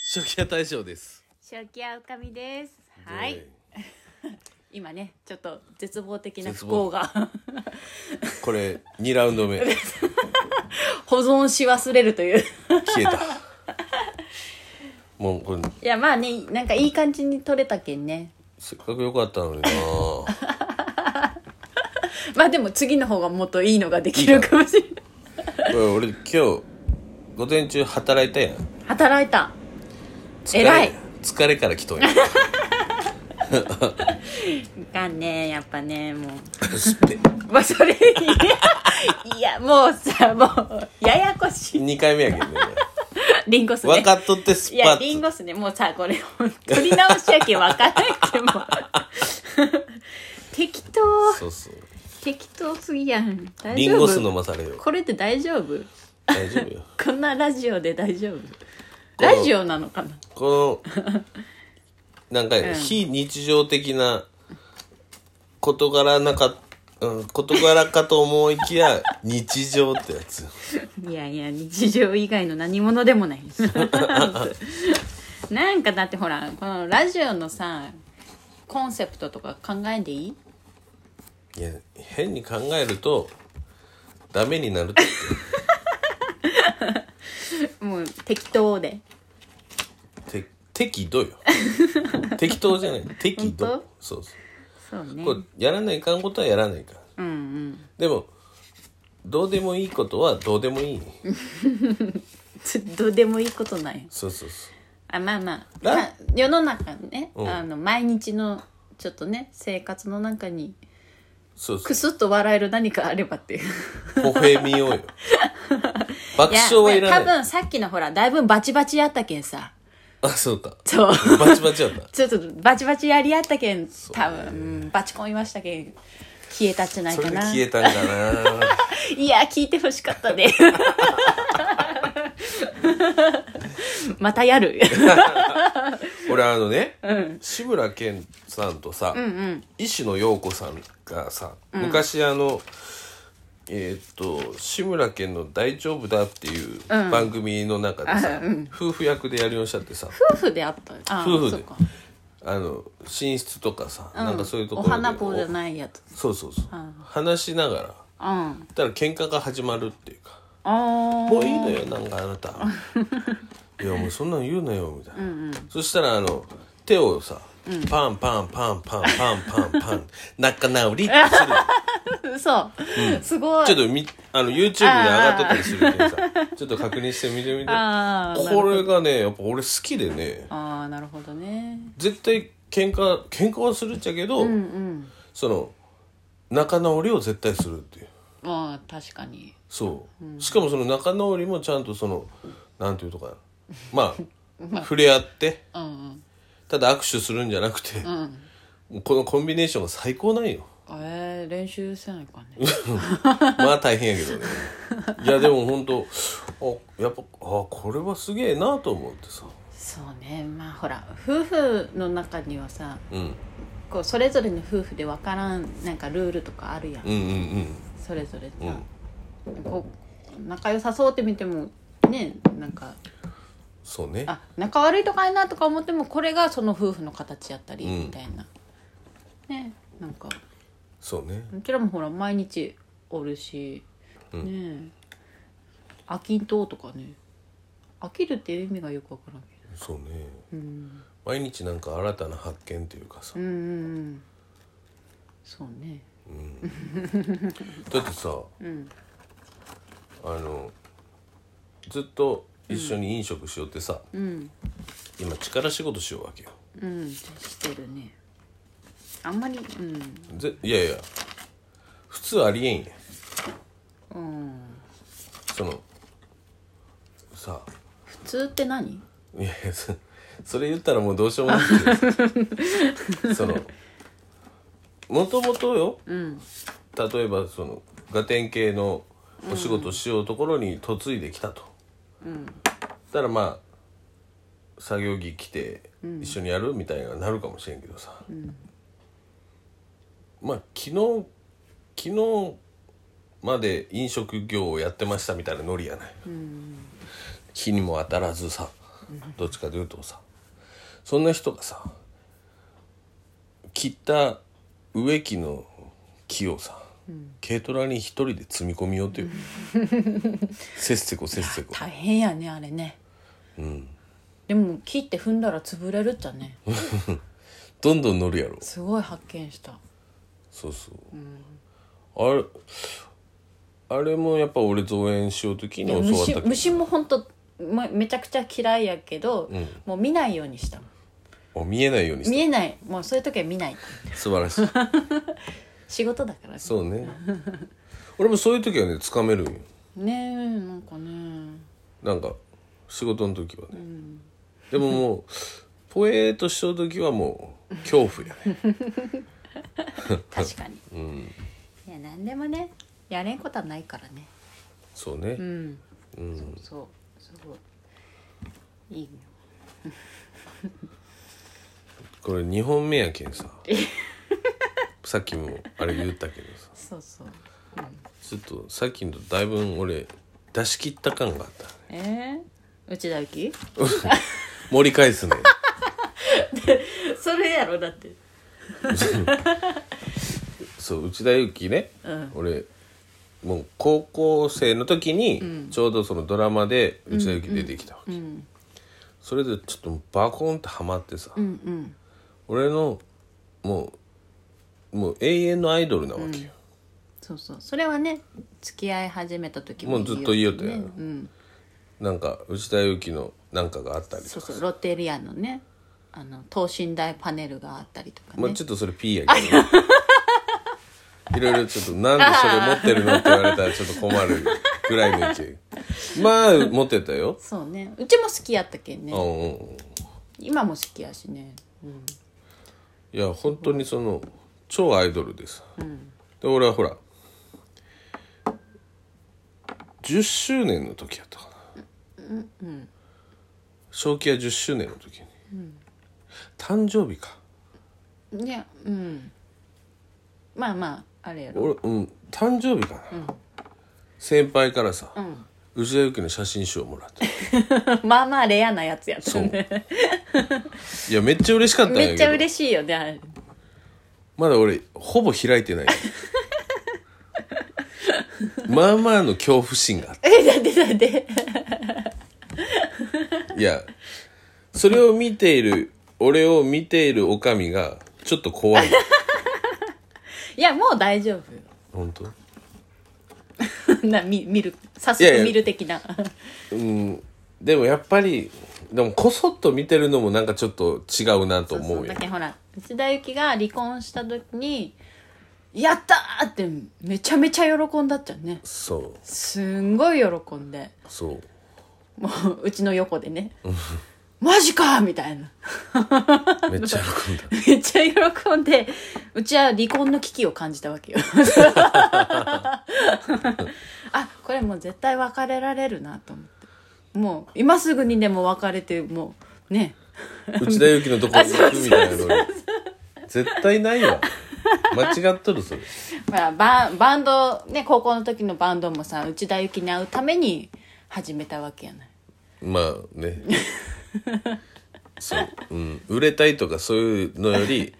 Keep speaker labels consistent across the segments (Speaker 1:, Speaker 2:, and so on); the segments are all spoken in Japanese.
Speaker 1: 初期屋大将です。
Speaker 2: 正気あうかみです。はい。今ね、ちょっと絶望的な不幸が
Speaker 1: これ、2ラウンド目、消
Speaker 2: 保存し忘れるという。い
Speaker 1: えた。 もう、これ、
Speaker 2: や、まあね、なんかいい感じに撮れたけんね。
Speaker 1: せっかく良かったのにな
Speaker 2: まあでも次の方がもっといいのができるかもしれない。
Speaker 1: これ俺、今日、午前中働いたやん。
Speaker 2: 働いた。
Speaker 1: 疲れ
Speaker 2: 偉い
Speaker 1: 疲れから来とんや。
Speaker 2: いかんね、やっぱね、もう。
Speaker 1: 吸って。
Speaker 2: まあそれ、い や、いやもうさ、もう、ややこしい。
Speaker 1: 2回目やけ どね。
Speaker 2: リンゴ酢ね。
Speaker 1: 分かっとってス
Speaker 2: い
Speaker 1: パ
Speaker 2: や、
Speaker 1: ッ
Speaker 2: リン
Speaker 1: ツ。
Speaker 2: ゴ酢ね、もうさ、これ、取り直しやけんわからんけん、も う。適当。
Speaker 1: そうそう。
Speaker 2: 適当すぎやん。大丈夫
Speaker 1: リンゴ酢飲まされよ。
Speaker 2: これって大丈夫
Speaker 1: 大丈夫よ。
Speaker 2: こんなラジオで大丈夫ラジオなのかな
Speaker 1: このなんかね、
Speaker 2: うん
Speaker 1: 非日常的な事柄なか、うん、事柄かと思いきや 日常ってやつ
Speaker 2: いやいや、日常以外の何者でもない。 なんかだってほら、このラジオのさ、コンセプトとか考えんでいい
Speaker 1: いや変に考えるとダメになるって
Speaker 2: もう適当で。
Speaker 1: て適 度よ適当じゃない適度
Speaker 2: 本当
Speaker 1: そうそ
Speaker 2: そうね
Speaker 1: う。こうやらないかんことはやらないかん
Speaker 2: うんうん。
Speaker 1: でもどうでもいいことはどうでもいい
Speaker 2: つどうでもいいことない。
Speaker 1: そうそうそ
Speaker 2: あ、まあまあ。
Speaker 1: ラ
Speaker 2: まあ世の中ね、
Speaker 1: うん
Speaker 2: あの、毎日の、ちょっとね、生活の中に、
Speaker 1: うそう
Speaker 2: く
Speaker 1: そ
Speaker 2: すっと笑える何かあればっていう。
Speaker 1: う微笑みようよ爆
Speaker 2: いや、
Speaker 1: 笑はいら
Speaker 2: 多
Speaker 1: ない
Speaker 2: 分さっきのほら、だいぶバチバチやったけんさ。
Speaker 1: あそうか
Speaker 2: そう。
Speaker 1: バチバチやった
Speaker 2: ちょっとバチバチやり合ったけん、多分、うんバチコンいましたけん、消えたんじゃない
Speaker 1: そ
Speaker 2: か
Speaker 1: れで
Speaker 2: な。
Speaker 1: 消えたん かな
Speaker 2: いや、聞いてほしかったね。 またやる。
Speaker 1: 俺あのね、志村けんさんとさ、石野陽子さんがさ昔あの、えーっと志村けんの「大丈夫だ」っていう番組の中でさ、夫婦役でやりましたってさ
Speaker 2: 夫婦であった。あ
Speaker 1: 夫婦
Speaker 2: そう
Speaker 1: で
Speaker 2: か。
Speaker 1: あの寝室とかさ、
Speaker 2: うん
Speaker 1: なんかそういうところ
Speaker 2: お花棒じゃ
Speaker 1: い
Speaker 2: ないやつ。
Speaker 1: そうそうそう、
Speaker 2: ん
Speaker 1: 話しながら
Speaker 2: うん。あ
Speaker 1: だから喧嘩が始まるっていうか
Speaker 2: あ。
Speaker 1: もういいのよなんかあなた いやもうそんなん言うなよみたいな、そしたらあの手をさ、パンパンパンパンパンパンパン仲直りってす る
Speaker 2: 嘘。すごい。
Speaker 1: ちょっとみあの YouTube で上がっとったりするけどさちょっと確認してみてみて
Speaker 2: あーなる
Speaker 1: こ
Speaker 2: ほど
Speaker 1: れがねやっぱ俺好きでね
Speaker 2: ああ、なるほどね。
Speaker 1: 絶対喧嘩喧嘩はするっちゃけど、
Speaker 2: うんうん。
Speaker 1: その仲直りを絶対するっていう
Speaker 2: まあ、確かに。
Speaker 1: そう、しかもその仲直りもちゃんとそのなんていうとかなま あ触れ合って
Speaker 2: うんうん。
Speaker 1: ただ握手するんじゃなくて、
Speaker 2: うん。
Speaker 1: このコンビネーションが最高なんよ
Speaker 2: えー、練習せないかね。
Speaker 1: まあ大変やけどねいやでも本当あやっぱあこれはすげえなと思ってさ
Speaker 2: そうねまあほら夫婦の中にはさ
Speaker 1: うん
Speaker 2: こうそれぞれの夫婦で分からんなんかルールとかあるやん、
Speaker 1: うんうん
Speaker 2: それぞれさ、
Speaker 1: うんうん
Speaker 2: こう仲良さそうって見てもねなんか
Speaker 1: そうね
Speaker 2: あ仲悪いとかやなとか思ってもこれがその夫婦の形やったり
Speaker 1: うん
Speaker 2: みたいな、ねなんか
Speaker 1: そうね
Speaker 2: うちらもほら毎日おるし、ねえ飽きんとうとかね飽きるっていう意味がよく分からんけ
Speaker 1: そうね
Speaker 2: どうん
Speaker 1: 毎日なんか新たな発見というかさ
Speaker 2: うんうんうんそうね
Speaker 1: だってさ
Speaker 2: うん
Speaker 1: あのずっと一緒に飲食しようってさ、
Speaker 2: うん
Speaker 1: 今力仕事しようわけよ
Speaker 2: うんしてるねあんまりうん
Speaker 1: ぜいやいや普通ありえんや
Speaker 2: うん
Speaker 1: そのさ
Speaker 2: 普通って何
Speaker 1: いやいやそそれ言ったらもうどうしようもないけどそのもともとよ、
Speaker 2: ん
Speaker 1: 例えばそのガテン系のお仕事をしようところに嫁いできたと、だからまあ作業着着て一緒にやるみたいななるかもしれんけどさ、まあ昨日昨日まで飲食業をやってましたみたいなノリやない、日にも当たらずさ、どっちかというとさそんな人がさ切った植木の木をさ、軽トラに一人で積み込みようと いう、せっせこせっせこ
Speaker 2: 大変やねあれね
Speaker 1: うん
Speaker 2: でも木って踏んだら潰れるっちゃね
Speaker 1: どんどん乗るやろ
Speaker 2: すごい発見した
Speaker 1: そうそう、あれあれもやっぱ俺造園しようときに
Speaker 2: でも
Speaker 1: 教わった
Speaker 2: 虫
Speaker 1: けど
Speaker 2: 虫も本当まめちゃくちゃ嫌いやけど、もう見ないようにしたもん
Speaker 1: あ見えないように
Speaker 2: 見
Speaker 1: し
Speaker 2: えないもうそういう時は見ない
Speaker 1: た素晴らしい
Speaker 2: 仕事だからね
Speaker 1: そうね俺もそういう時はね掴めるんよ
Speaker 2: ねえなんかね
Speaker 1: なんか仕事の時はね、でももうポエーとしとる時はもう恐怖やね
Speaker 2: 確かに
Speaker 1: うん
Speaker 2: いや何でもねやれんことはないからね
Speaker 1: そうね、
Speaker 2: うん、
Speaker 1: うん
Speaker 2: そうそうすごいいいよ
Speaker 1: これ2本目やけんささっきもあれ言ったけどさ
Speaker 2: そうそう
Speaker 1: ちょっとさっきのとだいぶん俺出し切った感があったね
Speaker 2: えー、内田有紀
Speaker 1: 盛り返すね
Speaker 2: それやろだって
Speaker 1: そう内田有紀ね、
Speaker 2: うん
Speaker 1: 俺もう高校生の時にちょうどそのドラマで内田有紀出てきたわけ、
Speaker 2: うん
Speaker 1: それでちょっとバコンってハマってさ、
Speaker 2: うんうん
Speaker 1: 俺のもうもう永遠のアイドルなわけよ、
Speaker 2: そうそうそれはね付き合い始めた時
Speaker 1: もうずっと言いよったやん
Speaker 2: ねうん
Speaker 1: なんか内田有紀のなんかがあったり
Speaker 2: そ
Speaker 1: と
Speaker 2: う
Speaker 1: か
Speaker 2: そうロッテリアのねあの等身大パネルがあったりとかね、
Speaker 1: まあちょっとそれ P やけ どねいろいろちょっとなんでそれ持ってるのって言われたらちょっと困るぐらいの勢いまあ持ってたよ
Speaker 2: そうねうちも好きやったけん
Speaker 1: うん
Speaker 2: ね
Speaker 1: うんうん
Speaker 2: 今も好きやしね
Speaker 1: いや本当にその超アイドルでさ、で俺はほら10周年の時やったかな、正気は10周年の時に、誕生日か
Speaker 2: いやうんまあまああれやろ
Speaker 1: 俺うん誕生日かな、先輩からさ、
Speaker 2: ん
Speaker 1: 内田有紀の写真集をもらって
Speaker 2: まあまあレアなやつやったね
Speaker 1: いやめっちゃ嬉しかったんやけど
Speaker 2: めっちゃ嬉しいよ ねあれ
Speaker 1: まだ俺ほぼ開い てないまあまあの恐怖心があった
Speaker 2: えだってだって
Speaker 1: いやそれを見ている俺を見ている女将がちょっと 怖い
Speaker 2: いやもう大丈夫
Speaker 1: 本当
Speaker 2: よ な見見る早速見る的な
Speaker 1: うんでもやっぱりでもこそっと見てるのもなんかちょっと違うなと
Speaker 2: そう
Speaker 1: 思
Speaker 2: そうう
Speaker 1: よ
Speaker 2: だけどほら内田有紀が離婚した時に「やった!」ってめちゃめちゃ喜んだっちゃね
Speaker 1: そう
Speaker 2: すんごい喜んで
Speaker 1: そう
Speaker 2: もううちの横 でね「マジか!」みたいな
Speaker 1: めっちゃ喜んだ
Speaker 2: めっちゃ喜んでうちは離婚の危機を感じたわ けよあこれもう絶対別れられるなと思ってもう今すぐにでも別れてもうね
Speaker 1: 内田有紀のところに行くみたいなの絶対ないわ間違っとるそれ
Speaker 2: ほらバンバンドね高校の時のバンドもさ内田有紀に会うために始めたわけやない
Speaker 1: まあねそう、うん、売れたいとかそういうのより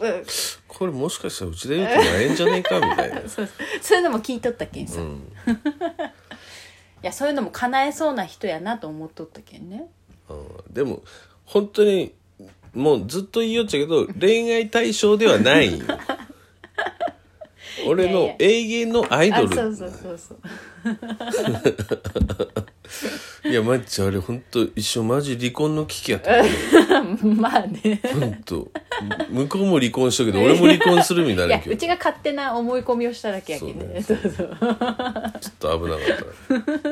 Speaker 2: うん
Speaker 1: これもしかしたら内田有紀に会えんじゃねえかみたいな
Speaker 2: そうそうそういうのも聞いとったけんさ、 いやそういうのも叶えそうな人やなと思っとったけんね
Speaker 1: うんでも本当にもうずっと言いよっちゃけど恋愛対象では ないんよ俺
Speaker 2: いやい
Speaker 1: の
Speaker 2: や
Speaker 1: 永遠のアイ
Speaker 2: あ
Speaker 1: ド
Speaker 2: そう
Speaker 1: ル
Speaker 2: そうそうそう
Speaker 1: いやマッチあれ本当一生マジ離婚の危機やった
Speaker 2: まあね
Speaker 1: 本当向こうも離婚した けど俺も離婚するみたい
Speaker 2: い
Speaker 1: な
Speaker 2: や
Speaker 1: けど
Speaker 2: うちが勝手な思い込みをしただけやけどねそうそ
Speaker 1: ち
Speaker 2: う
Speaker 1: ょっと危なかった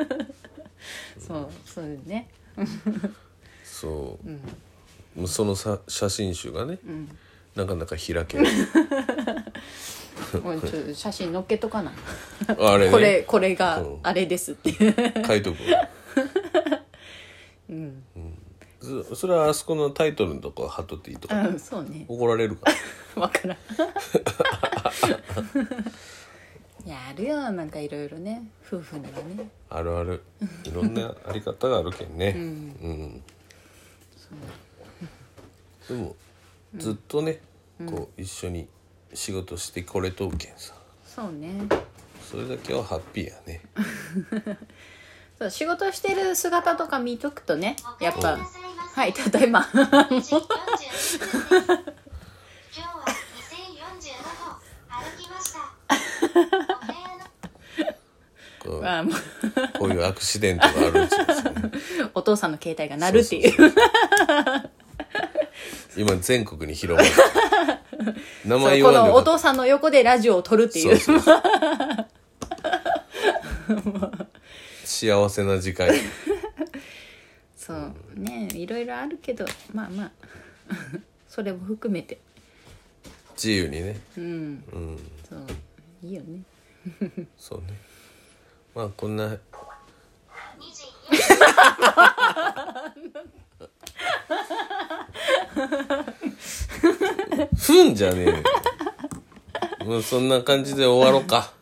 Speaker 2: そうそうね
Speaker 1: そう、もうそのさ写真集がね、なかなか開けない
Speaker 2: もうちょっと写真載っけとかな
Speaker 1: あれ
Speaker 2: こ
Speaker 1: ね
Speaker 2: れこれ
Speaker 1: う
Speaker 2: が
Speaker 1: ん
Speaker 2: あれですっていう
Speaker 1: 書いとくうん、そそれはあそこのタイトルのとこ貼っとっていいとか、
Speaker 2: うんそうね
Speaker 1: 怒られるから
Speaker 2: わから んいやあるよなんかいろいろね夫婦にはね
Speaker 1: あるあるいろんなあり方があるけんねうん、
Speaker 2: ですね
Speaker 1: でもずっとね、こう一緒に仕事してこれとうけんさ
Speaker 2: そうね
Speaker 1: それだけはハッピーやね
Speaker 2: そう仕事してる姿とか見とくとねやっぱはいただい ま
Speaker 3: 今日は2045歩歩きました。お礼の
Speaker 1: こう
Speaker 2: まあもう
Speaker 1: こういうアクシデントがあるんですよ、ね、
Speaker 2: お父さんの携帯が鳴るっていう
Speaker 1: そうそうそう今全国に広まる名前言
Speaker 2: そうこ
Speaker 1: わんで
Speaker 2: の
Speaker 1: よ
Speaker 2: お
Speaker 1: かっ
Speaker 2: 父さんの横でラジオを撮るって
Speaker 1: た
Speaker 2: いう
Speaker 1: そうそうそう 幸せな時間や
Speaker 2: そうねいろいろあるけどまあまあ それも含めて
Speaker 1: 自由にね
Speaker 2: うん
Speaker 1: うん
Speaker 2: そういいよね
Speaker 1: そうねまあこんな
Speaker 3: 2時4分
Speaker 1: ふんじゃねえよもうそんな感じで終わろうか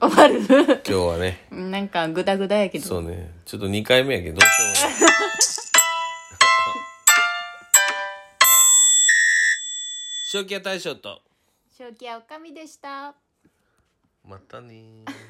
Speaker 2: 終わる
Speaker 1: 今日はね
Speaker 2: なんかグダグダやけど
Speaker 1: そうねちょっと2回目やけどどうしようもない正気屋大将と
Speaker 2: 正気やおかみでした
Speaker 1: またねー